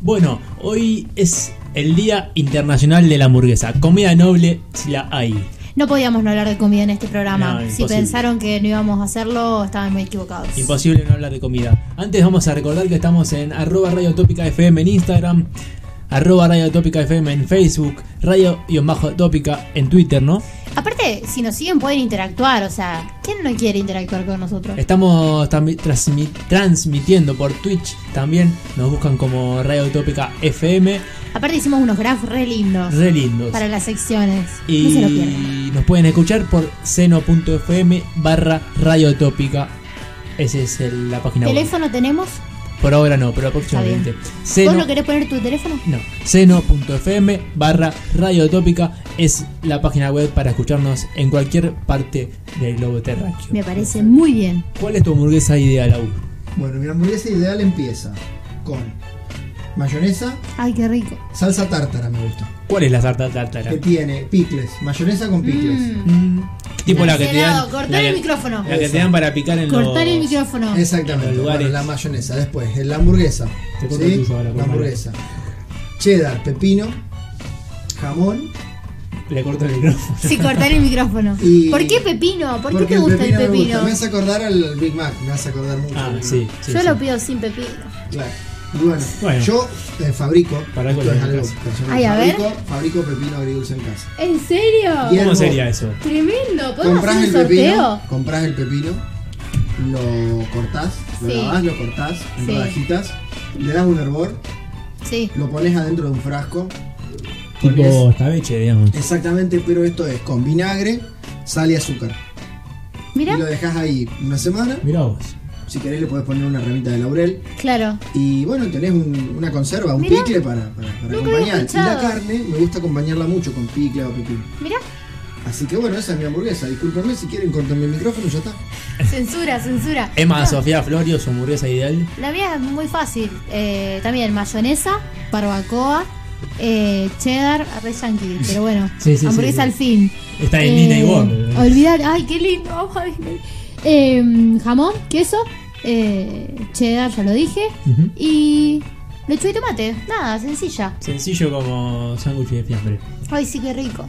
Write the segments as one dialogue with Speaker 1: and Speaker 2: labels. Speaker 1: Bueno, hoy es el Día Internacional de la Hamburguesa. Comida noble si la hay.
Speaker 2: No podíamos no hablar de comida en este programa.
Speaker 1: No,
Speaker 2: si
Speaker 1: imposible.
Speaker 2: pensaron que no íbamos a hacerlo, estaban muy equivocados.
Speaker 1: Imposible no hablar de comida. Antes vamos a recordar que estamos en arroba Radio Tópica FM en Instagram, arroba Radio Tópica FM en Facebook, Radio-Tópica en Twitter, ¿no?
Speaker 2: Aparte, si nos siguen pueden interactuar, o sea, ¿quién no quiere interactuar con nosotros?
Speaker 1: Estamos tambi- transmi- transmitiendo por Twitch también. Nos buscan como Radio Tópica FM.
Speaker 2: Aparte hicimos unos graphs re lindos
Speaker 1: Re lindos.
Speaker 2: para las secciones. No se lo pierdan.
Speaker 1: Y nos pueden escuchar por seno.fm barra radiotópica. Esa es el- la página web.
Speaker 2: ¿Teléfono tenemos?
Speaker 1: Por ahora no, pero
Speaker 2: Está
Speaker 1: próximamente.
Speaker 2: bien.
Speaker 1: Seno,
Speaker 2: ¿Vos no querés poner tu teléfono?
Speaker 1: no, seno.fm barra radiotópica es la página web para escucharnos en cualquier parte del globo terráqueo.
Speaker 2: Me parece muy bien.
Speaker 1: ¿Cuál es tu hamburguesa ideal, Aú?
Speaker 3: Bueno, mi hamburguesa ideal empieza con mayonesa,
Speaker 2: Ay, qué rico.
Speaker 3: salsa tártara me gusta.
Speaker 1: ¿Cuál es la tarta tártara?
Speaker 3: Que tiene picles, mayonesa con picles.
Speaker 2: Mm.
Speaker 1: Mm, tipo la que te
Speaker 2: Senado,
Speaker 1: dan. la
Speaker 2: cortar
Speaker 1: que-
Speaker 2: el micrófono.
Speaker 1: La que te dan para picar en los...
Speaker 2: Cortar el micrófono.
Speaker 3: Exactamente,
Speaker 1: Los
Speaker 3: bueno,
Speaker 1: lugares.
Speaker 3: la mayonesa. Después, eh, la hamburguesa.
Speaker 1: Te corto el
Speaker 3: ¿sí?
Speaker 1: tuyo ahora, por
Speaker 3: La hamburguesa. Cheddar, pepino, jamón.
Speaker 1: Le corto el micrófono.
Speaker 2: Sí, cortar el micrófono.
Speaker 3: Y-
Speaker 2: ¿Por qué pepino? ¿Por qué
Speaker 3: porque
Speaker 2: te gusta el
Speaker 3: me
Speaker 2: pepino?
Speaker 3: gusta. Me hace acordar al Big Mac, me hace acordar mucho. al
Speaker 1: Ah,
Speaker 3: Big
Speaker 1: sí.
Speaker 3: Mac.
Speaker 1: sí,
Speaker 2: Yo
Speaker 1: sí.
Speaker 2: lo pido sin pepino.
Speaker 3: Claro. Y bueno,
Speaker 1: Bueno.
Speaker 3: yo eh, fabrico,
Speaker 1: Para algo
Speaker 3: esto es
Speaker 1: lo
Speaker 3: algo
Speaker 1: haces.
Speaker 3: personal,
Speaker 2: Ay, a ver.
Speaker 3: fabrico, fabrico pepino agridulce en casa.
Speaker 2: ¿En serio?
Speaker 3: Bien.
Speaker 1: ¿Cómo sería eso?
Speaker 2: Tremendo. ¿Podemos
Speaker 3: Comprás
Speaker 2: hacer un
Speaker 3: el
Speaker 2: sorteo?
Speaker 3: pepino, comprás el pepino, lo cortás, lo
Speaker 2: Sí.
Speaker 3: lavás, lo cortás en
Speaker 2: Sí.
Speaker 3: rodajitas, le das un hervor,
Speaker 2: Sí.
Speaker 3: lo pones adentro de un frasco.
Speaker 1: Tipo escabeche, digamos.
Speaker 3: Exactamente, pero esto es con vinagre, sal y azúcar.
Speaker 2: Mira,
Speaker 3: Y lo dejas ahí una semana.
Speaker 1: Mirá vos.
Speaker 3: Si querés le podés poner una ramita de laurel.
Speaker 2: claro.
Speaker 3: Y bueno, tenés un- una conserva, un
Speaker 2: Mirá.
Speaker 3: picle para, para, para
Speaker 2: Nunca había
Speaker 3: acompañar. Y la
Speaker 2: escuchado.
Speaker 3: carne, me gusta acompañarla mucho con picle o pepino.
Speaker 2: Mira,
Speaker 3: Así que bueno, esa es mi hamburguesa. Discúlpenme si quieren cortarme el micrófono, ya está.
Speaker 1: eh.
Speaker 2: censura, censura.
Speaker 1: Emma,
Speaker 2: No,
Speaker 1: Sofía Florio, su hamburguesa ideal.
Speaker 2: La mía es muy fácil. Eh, también mayonesa, barbacoa, eh, cheddar, re yankee, pero bueno.
Speaker 1: Sí, sí, sí,
Speaker 2: hamburguesa
Speaker 1: sí.
Speaker 2: al fin.
Speaker 1: Está en Nina y Bob.
Speaker 2: Olvidar, ay, qué lindo. vamos a ver. Eh, jamón, queso, eh, cheddar, ya lo dije.
Speaker 1: Ujú.
Speaker 2: Y lechuga y tomate, nada, sencilla.
Speaker 1: Sencillo como sándwich de fiambre.
Speaker 2: Ay, sí, qué rico.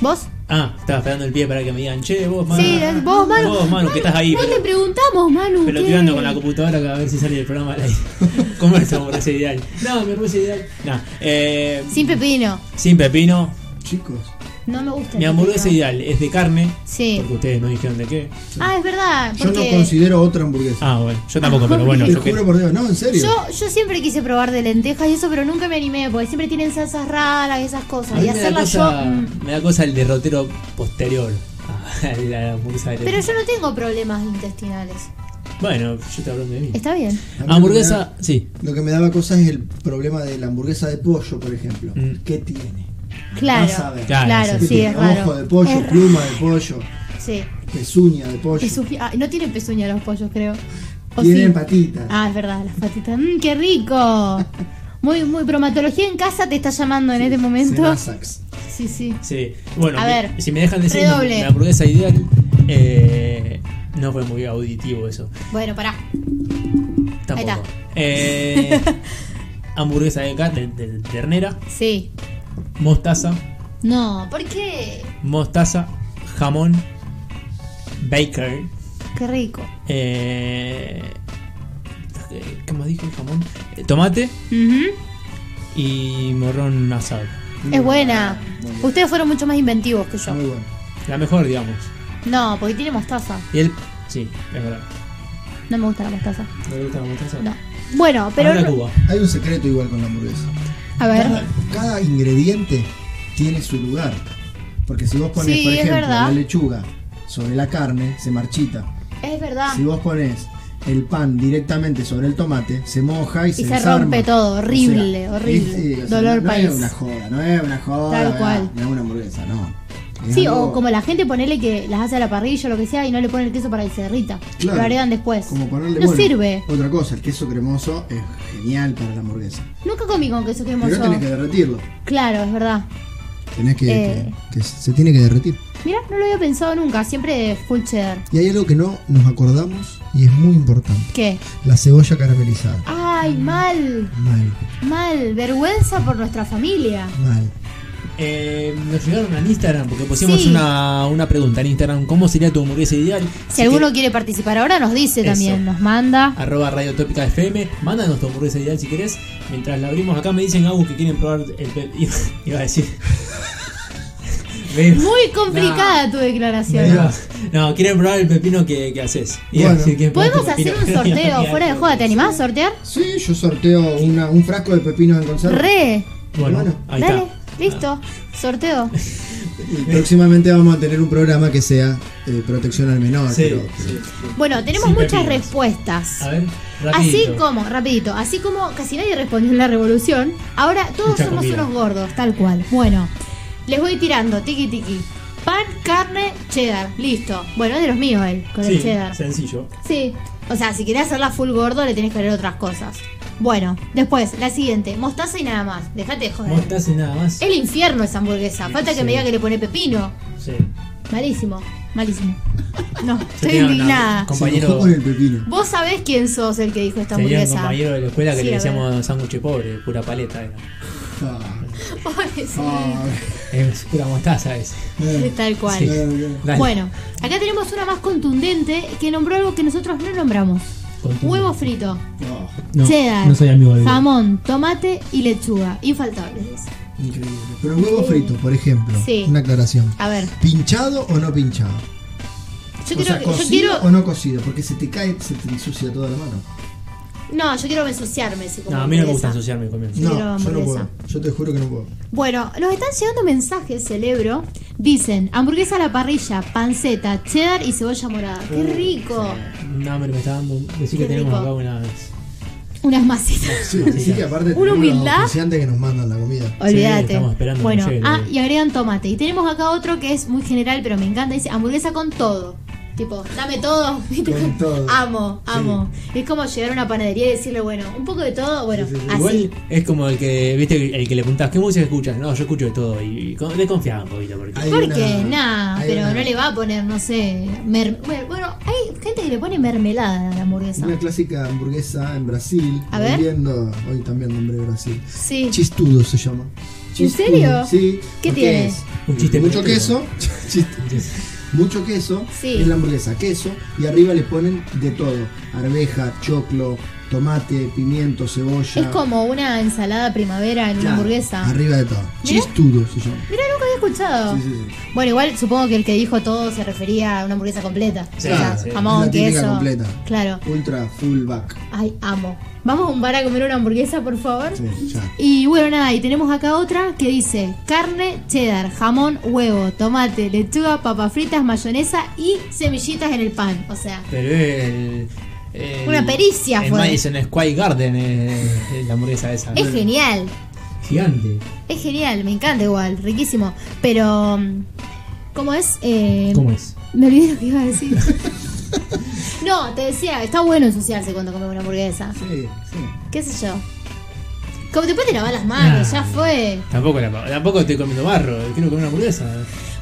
Speaker 2: ¿Vos?
Speaker 1: Ah, estaba esperando el pie para que me digan, che, vos, Manu.
Speaker 2: Sí, vos, Manu.
Speaker 1: Vos, Manu, que estás ahí.
Speaker 2: No te preguntamos, Manu.
Speaker 1: Pero
Speaker 2: ¿qué?
Speaker 1: tirando con la computadora a ver si sale el programa al aire. ¿Cómo es tu hamburguesa ideal? No, mi hamburguesa ideal. No, eh,
Speaker 2: Sin pepino.
Speaker 1: sin pepino.
Speaker 3: Chicos,
Speaker 2: No me gusta. el
Speaker 1: Mi hamburguesa
Speaker 2: pepino.
Speaker 1: ideal es de carne.
Speaker 2: Sí.
Speaker 1: Porque ustedes no dijeron de qué.
Speaker 2: Ah, es verdad.
Speaker 3: yo no
Speaker 2: Porque
Speaker 3: considero otra hamburguesa.
Speaker 1: Ah, bueno, yo tampoco, pero bueno.
Speaker 3: Te
Speaker 1: Yo que-
Speaker 3: juro por Dios, no, en serio.
Speaker 2: yo, yo siempre quise probar de lentejas y eso, pero nunca me animé, porque siempre tienen salsas raras y esas
Speaker 1: a
Speaker 2: cosas.
Speaker 1: mí
Speaker 2: Y
Speaker 1: me da,
Speaker 2: hacerla
Speaker 1: cosa,
Speaker 2: yo. mm.
Speaker 1: me da cosa el derrotero posterior a la hamburguesa de
Speaker 2: Pero yo no tengo problemas intestinales.
Speaker 1: Bueno, yo te hablo de mí.
Speaker 2: Está bien.
Speaker 3: A mí lo
Speaker 1: Hamburguesa, sí.
Speaker 3: que me da- Lo que me daba cosas es el problema de la hamburguesa de pollo, por ejemplo.
Speaker 1: Mm.
Speaker 3: ¿Qué tiene?
Speaker 2: Claro.
Speaker 3: No sabe.
Speaker 2: Claro,
Speaker 1: Claro,
Speaker 3: ¿Qué
Speaker 2: sí,
Speaker 3: tiene?
Speaker 2: es raro.
Speaker 3: Ojo de pollo,
Speaker 2: Es
Speaker 3: pluma de pollo,
Speaker 2: raro, Sí.
Speaker 3: pezuña de pollo.
Speaker 2: Pezuña- ah, no tienen pezuña los pollos, creo. ¿O
Speaker 3: Tienen
Speaker 2: sí?
Speaker 3: patitas.
Speaker 2: Ah, es verdad, las patitas. Mmm, qué rico. Muy, muy. Bromatología en casa te está llamando en este momento.
Speaker 3: Senasax.
Speaker 2: Sí, sí.
Speaker 1: Sí, bueno,
Speaker 2: A
Speaker 1: mi-
Speaker 2: ver,
Speaker 1: si me dejan decir la
Speaker 2: redoble.
Speaker 1: hamburguesa ideal, eh, no fue muy auditivo eso.
Speaker 2: Bueno, pará.
Speaker 1: Tampoco.
Speaker 2: Ahí está.
Speaker 1: Eh, hamburguesa de carne, de, de ternera,
Speaker 2: Sí.
Speaker 1: mostaza,
Speaker 2: No, ¿por qué?
Speaker 1: mostaza, jamón, baker,
Speaker 2: Qué rico.
Speaker 1: eh, eh, ¿qué más dije? Jamón, eh, tomate
Speaker 2: Ujú.
Speaker 1: y morrón asado.
Speaker 2: Es buena. Ustedes fueron mucho más inventivos que yo.
Speaker 3: Muy bueno.
Speaker 1: La mejor, digamos.
Speaker 2: No, porque tiene mostaza.
Speaker 1: Y el... Sí, es verdad.
Speaker 2: No me gusta la mostaza.
Speaker 1: ¿No le gusta la mostaza?
Speaker 2: No. Bueno, pero.
Speaker 1: Ahora Cuba.
Speaker 3: Hay un secreto igual con la hamburguesa.
Speaker 2: A ver.
Speaker 3: Cada, cada ingrediente tiene su lugar. Porque si vos pones,
Speaker 2: Sí,
Speaker 3: por
Speaker 2: es
Speaker 3: ejemplo,
Speaker 2: verdad.
Speaker 3: la lechuga sobre la carne, se marchita.
Speaker 2: Es verdad.
Speaker 3: Si vos pones el pan directamente sobre el tomate, se moja y,
Speaker 2: se
Speaker 3: desarma.
Speaker 2: rompe todo, horrible, horrible. Dolor
Speaker 3: no,
Speaker 2: país.
Speaker 3: No es una joda, no es una joda.
Speaker 2: Tal
Speaker 3: ¿verdad?
Speaker 2: cual.
Speaker 3: No es una hamburguesa, no. Es
Speaker 2: Sí,
Speaker 3: algo
Speaker 2: o como la gente ponele que las hace a la parrilla o lo que sea y no le ponen el queso para que se derrita.
Speaker 3: Claro.
Speaker 2: Lo agregan después.
Speaker 3: como ponerle
Speaker 2: no
Speaker 3: bueno,
Speaker 2: sirve.
Speaker 3: Otra cosa, el queso cremoso es genial para la hamburguesa.
Speaker 2: Nunca comí con queso
Speaker 3: Pero
Speaker 2: cremoso.
Speaker 3: tenés que derretirlo.
Speaker 2: Claro, es verdad.
Speaker 3: Tenés que,
Speaker 2: Eh.
Speaker 3: que- que se tiene que derretir.
Speaker 2: Mira, no lo había pensado nunca. Siempre full cheddar.
Speaker 3: Y hay algo que no nos acordamos y es muy importante.
Speaker 2: ¿Qué?
Speaker 3: La cebolla caramelizada.
Speaker 2: Ah, Ay,
Speaker 1: Mm.
Speaker 2: mal,
Speaker 3: Mal,
Speaker 2: mal. Vergüenza por nuestra familia.
Speaker 3: mal.
Speaker 1: Eh, nos llegaron en Instagram porque pusimos
Speaker 2: Sí.
Speaker 1: una, una pregunta en Instagram. ¿Cómo sería tu hamburguesa ideal?
Speaker 2: Si
Speaker 1: Así
Speaker 2: alguno
Speaker 1: que,
Speaker 2: quiere participar ahora, nos dice
Speaker 1: Eso. Ah,
Speaker 2: también, nos manda.
Speaker 1: Arroba Radio Tópica FM. Mándanos tu hamburguesa ideal si querés. Mientras la abrimos acá me dicen algo que quieren probar el pe- iba- Iba a decir... Me iba-
Speaker 2: Muy complicada tu
Speaker 1: me
Speaker 2: declaración.
Speaker 1: iba- No, quieren probar el pepino que, que haces. Iba a
Speaker 3: Bueno.
Speaker 1: decir que es
Speaker 2: Podemos
Speaker 1: pepino,
Speaker 2: hacer un
Speaker 1: pero iba a
Speaker 2: sorteo
Speaker 1: tirar
Speaker 2: fuera de
Speaker 1: todo.
Speaker 2: juego. ¿Te animás a sortear?
Speaker 3: Sí, yo sorteo una- un frasco de pepinos en conserva.
Speaker 2: Re.
Speaker 1: Bueno,
Speaker 3: Bueno,
Speaker 1: ahí
Speaker 2: Dale,
Speaker 1: está. Ah.
Speaker 2: listo. Sorteo.
Speaker 3: Y próximamente vamos a tener un programa que sea eh, protección al menor.
Speaker 1: Ah, Sí,
Speaker 3: pero-
Speaker 1: sí.
Speaker 2: Bueno, tenemos
Speaker 1: Sin
Speaker 2: muchas
Speaker 1: pepinos.
Speaker 2: respuestas.
Speaker 1: A ver,
Speaker 2: Así
Speaker 1: rapidito.
Speaker 2: como, rapidito, así como casi nadie respondió en la revolución, ahora todos
Speaker 1: Mucha
Speaker 2: somos
Speaker 1: comida.
Speaker 2: unos gordos, tal cual. Bueno, les voy tirando, tiki tiki. Pan, carne, cheddar, listo. Bueno, es de los míos él, con el
Speaker 1: Sí,
Speaker 2: cheddar.
Speaker 1: sencillo.
Speaker 2: Sí. O sea, si querés hacerla full gordo, le tenés que poner otras cosas. Bueno, después, la siguiente, mostaza y nada más. Dejate de joder.
Speaker 1: Mostaza y nada más.
Speaker 2: El infierno es hamburguesa. Falta que
Speaker 1: Sí.
Speaker 2: me diga que le pone pepino.
Speaker 1: Sí.
Speaker 2: Malísimo, malísimo. No,
Speaker 1: Se
Speaker 2: estoy
Speaker 1: tiene una-
Speaker 2: indignada.
Speaker 3: Se
Speaker 1: Compañero-
Speaker 3: enojó con el pepino.
Speaker 2: Vos sabés quién sos el que dijo esta
Speaker 1: Tenía un
Speaker 2: hamburguesa.
Speaker 1: compañero de la escuela que
Speaker 2: Sí,
Speaker 1: le
Speaker 2: a ver.
Speaker 1: decíamos sándwich pobre, pura paleta. Era.
Speaker 3: Ah,
Speaker 2: Pobrecito.
Speaker 3: ah,
Speaker 1: Es pura mostaza ese.
Speaker 3: eh,
Speaker 2: Tal cual.
Speaker 1: Sí.
Speaker 3: eh, eh.
Speaker 1: Dale.
Speaker 2: Bueno, acá tenemos una más contundente que nombró algo que nosotros no nombramos.
Speaker 1: Contundente.
Speaker 2: Huevo frito,
Speaker 3: Ah,
Speaker 1: No,
Speaker 2: cheddar,
Speaker 1: no soy amigo de
Speaker 2: jamón, tomate y lechuga. Infaltables.
Speaker 3: increíble. Pero huevo frito, por ejemplo.
Speaker 2: Sí.
Speaker 3: Una aclaración.
Speaker 2: A ver,
Speaker 3: ¿Pinchado o no pinchado?
Speaker 2: yo
Speaker 3: o
Speaker 2: quiero...
Speaker 3: sea,
Speaker 2: que- yo
Speaker 3: cocido
Speaker 2: quiero
Speaker 3: o no cocido, porque se te cae, se te ensucia toda la mano.
Speaker 2: no, yo quiero ensuciarme. si como
Speaker 1: No, a mí no me
Speaker 2: hamburguesa.
Speaker 1: gusta ensuciarme comiendo.
Speaker 2: Yo quiero
Speaker 3: no, yo no
Speaker 2: hamburguesa.
Speaker 3: puedo. Yo te juro que no puedo.
Speaker 2: Bueno, nos están llegando mensajes, celebro. Dicen, hamburguesa a la parrilla, panceta, cheddar y cebolla morada. ¡Qué rico!
Speaker 1: Un hambre me está dando. Decí que
Speaker 2: Qué
Speaker 1: tenemos
Speaker 2: rico.
Speaker 1: acá unas.
Speaker 2: Unas masitas.
Speaker 3: Sí, sí, que aparte
Speaker 2: Una
Speaker 3: tenemos los
Speaker 2: humildad.
Speaker 3: auspiciantes que nos mandan la comida.
Speaker 1: Sí,
Speaker 2: Olvídate.
Speaker 1: estamos esperando que
Speaker 2: bueno,
Speaker 1: llegue el
Speaker 2: ah,
Speaker 1: video.
Speaker 2: y agregan tomate. Y tenemos acá otro que es muy general, pero me encanta. Dice hamburguesa con todo. Tipo, dame todo. ¿viste?
Speaker 3: Con todo.
Speaker 2: Amo, amo. Es como llegar a una panadería y decirle, bueno, un poco de todo, bueno,
Speaker 3: Sí, sí, sí.
Speaker 2: así.
Speaker 1: Igual es como el que, viste, el que le preguntás, ¿qué música escuchas? No, yo escucho de todo y, y con- le confiaba un poquito porque.
Speaker 3: Ay. Hay
Speaker 2: Porque
Speaker 3: una-
Speaker 2: nada,
Speaker 3: hay
Speaker 2: pero
Speaker 3: una-
Speaker 2: no le va a poner, no sé, mer- bueno, bueno, hay gente que le pone mermelada a la hamburguesa.
Speaker 3: Una clásica hamburguesa en Brasil.
Speaker 2: A ver.
Speaker 3: volviendo- hoy también nombré Brasil.
Speaker 2: Sí.
Speaker 3: Chistudo se llama. Chistudo,
Speaker 2: serio?
Speaker 3: Sí.
Speaker 2: ¿Qué
Speaker 3: porque
Speaker 2: tiene?
Speaker 3: es
Speaker 1: Un chiste
Speaker 3: Mucho
Speaker 1: pelotudo.
Speaker 3: queso. chiste. Mucho queso
Speaker 2: Sí.
Speaker 3: es la hamburguesa, queso, y arriba le ponen de todo, arveja, choclo, tomate, pimiento, cebolla.
Speaker 2: Es como una ensalada primavera en una
Speaker 3: Claro,
Speaker 2: hamburguesa.
Speaker 3: Arriba de todo.
Speaker 2: Mirá. Oh.
Speaker 3: Chistudo se llama.
Speaker 2: Mira, nunca había escuchado.
Speaker 3: Sí, sí, sí.
Speaker 2: Bueno, igual supongo que el que dijo todo se refería a una hamburguesa completa.
Speaker 1: Sí,
Speaker 2: o sea,
Speaker 1: sí.
Speaker 2: jamón,
Speaker 3: La típica
Speaker 2: queso.
Speaker 3: completa.
Speaker 2: Claro.
Speaker 3: Ultra full back.
Speaker 2: Ay, amo. Vamos a un bar a comer una hamburguesa, por favor.
Speaker 3: Sí, ya.
Speaker 2: Y bueno, nada, y tenemos acá otra que dice carne, cheddar, jamón, huevo, tomate, lechuga, papas fritas, mayonesa y semillitas en el pan. O sea,
Speaker 1: Pero el. el-
Speaker 2: Una pericia
Speaker 1: el
Speaker 2: fue.
Speaker 1: Madison Square Garden eh, eh, la hamburguesa esa.
Speaker 2: es genial.
Speaker 1: Gigante.
Speaker 2: Es genial, me encanta igual, riquísimo. Pero, mm, ¿cómo es? Eh,
Speaker 1: ¿Cómo es?
Speaker 2: Me olvidé lo que iba a decir. no, te decía, está bueno ensuciarse cuando comes una hamburguesa.
Speaker 3: Sí, sí.
Speaker 2: ¿Qué sé yo? Como después te lavas las manos,
Speaker 1: Nah.
Speaker 2: ya fue.
Speaker 1: Tampoco, la- tampoco estoy comiendo barro, quiero comer una hamburguesa.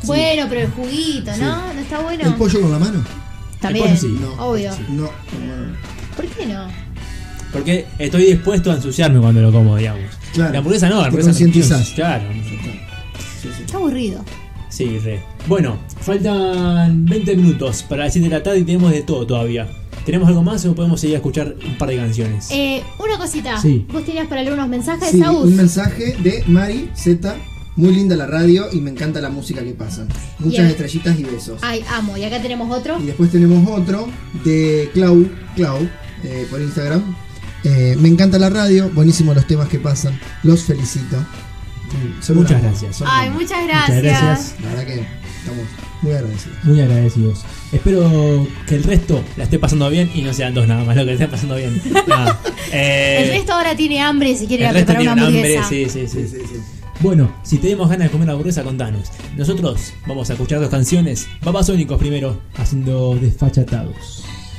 Speaker 2: Bueno, pero el juguito, ¿no? No está bueno.
Speaker 3: ¿El pollo con la mano?
Speaker 2: También,
Speaker 1: pollo sí.
Speaker 3: No.
Speaker 2: obvio.
Speaker 3: No, con la mano.
Speaker 2: ¿Por qué no?
Speaker 1: Porque estoy dispuesto a ensuciarme cuando lo como, digamos.
Speaker 3: Claro.
Speaker 1: La hamburguesa no, la
Speaker 3: Te
Speaker 1: hamburguesa no
Speaker 3: concientizás.
Speaker 1: Claro.
Speaker 3: Sí, sí.
Speaker 2: Está aburrido.
Speaker 1: Sí, re. Bueno, faltan 20 minutos para las 7 de la tarde y tenemos de todo todavía. ¿Tenemos algo más o podemos seguir a escuchar un par de canciones?
Speaker 2: Eh, una cosita.
Speaker 1: Sí.
Speaker 2: Vos tenías para leer unos mensajes,
Speaker 3: Sí,
Speaker 2: Saúl.
Speaker 3: un mensaje de Mari Z. Muy linda la radio y me encanta la música que pasan. Muchas
Speaker 2: Bien. Ah.
Speaker 3: estrellitas y besos.
Speaker 2: Ay, amo. Y acá tenemos otro.
Speaker 3: Y después tenemos otro de Clau, Clau, eh, por Instagram. Eh, me encanta la radio, buenísimos los temas que pasan. Los felicito. Mm, son
Speaker 1: Muchas
Speaker 3: un amor,
Speaker 1: gracias.
Speaker 3: son un
Speaker 2: Ay,
Speaker 3: amor.
Speaker 2: muchas gracias.
Speaker 1: Muchas gracias.
Speaker 3: La verdad que estamos muy agradecidos.
Speaker 1: Muy agradecidos. Espero que el resto la esté pasando bien y no sean dos nada más lo que esté pasando bien. Nada. Eh,
Speaker 2: El resto ahora tiene hambre y se quiere ir a
Speaker 1: el resto
Speaker 2: preparar
Speaker 1: tiene
Speaker 2: una
Speaker 1: un
Speaker 2: hamburguesa.
Speaker 1: hambre, sí, sí, sí. Bueno, si tenemos ganas de comer hamburguesa, contanos. Nosotros vamos a escuchar dos canciones. Babasónicos primero, haciendo desfachatados.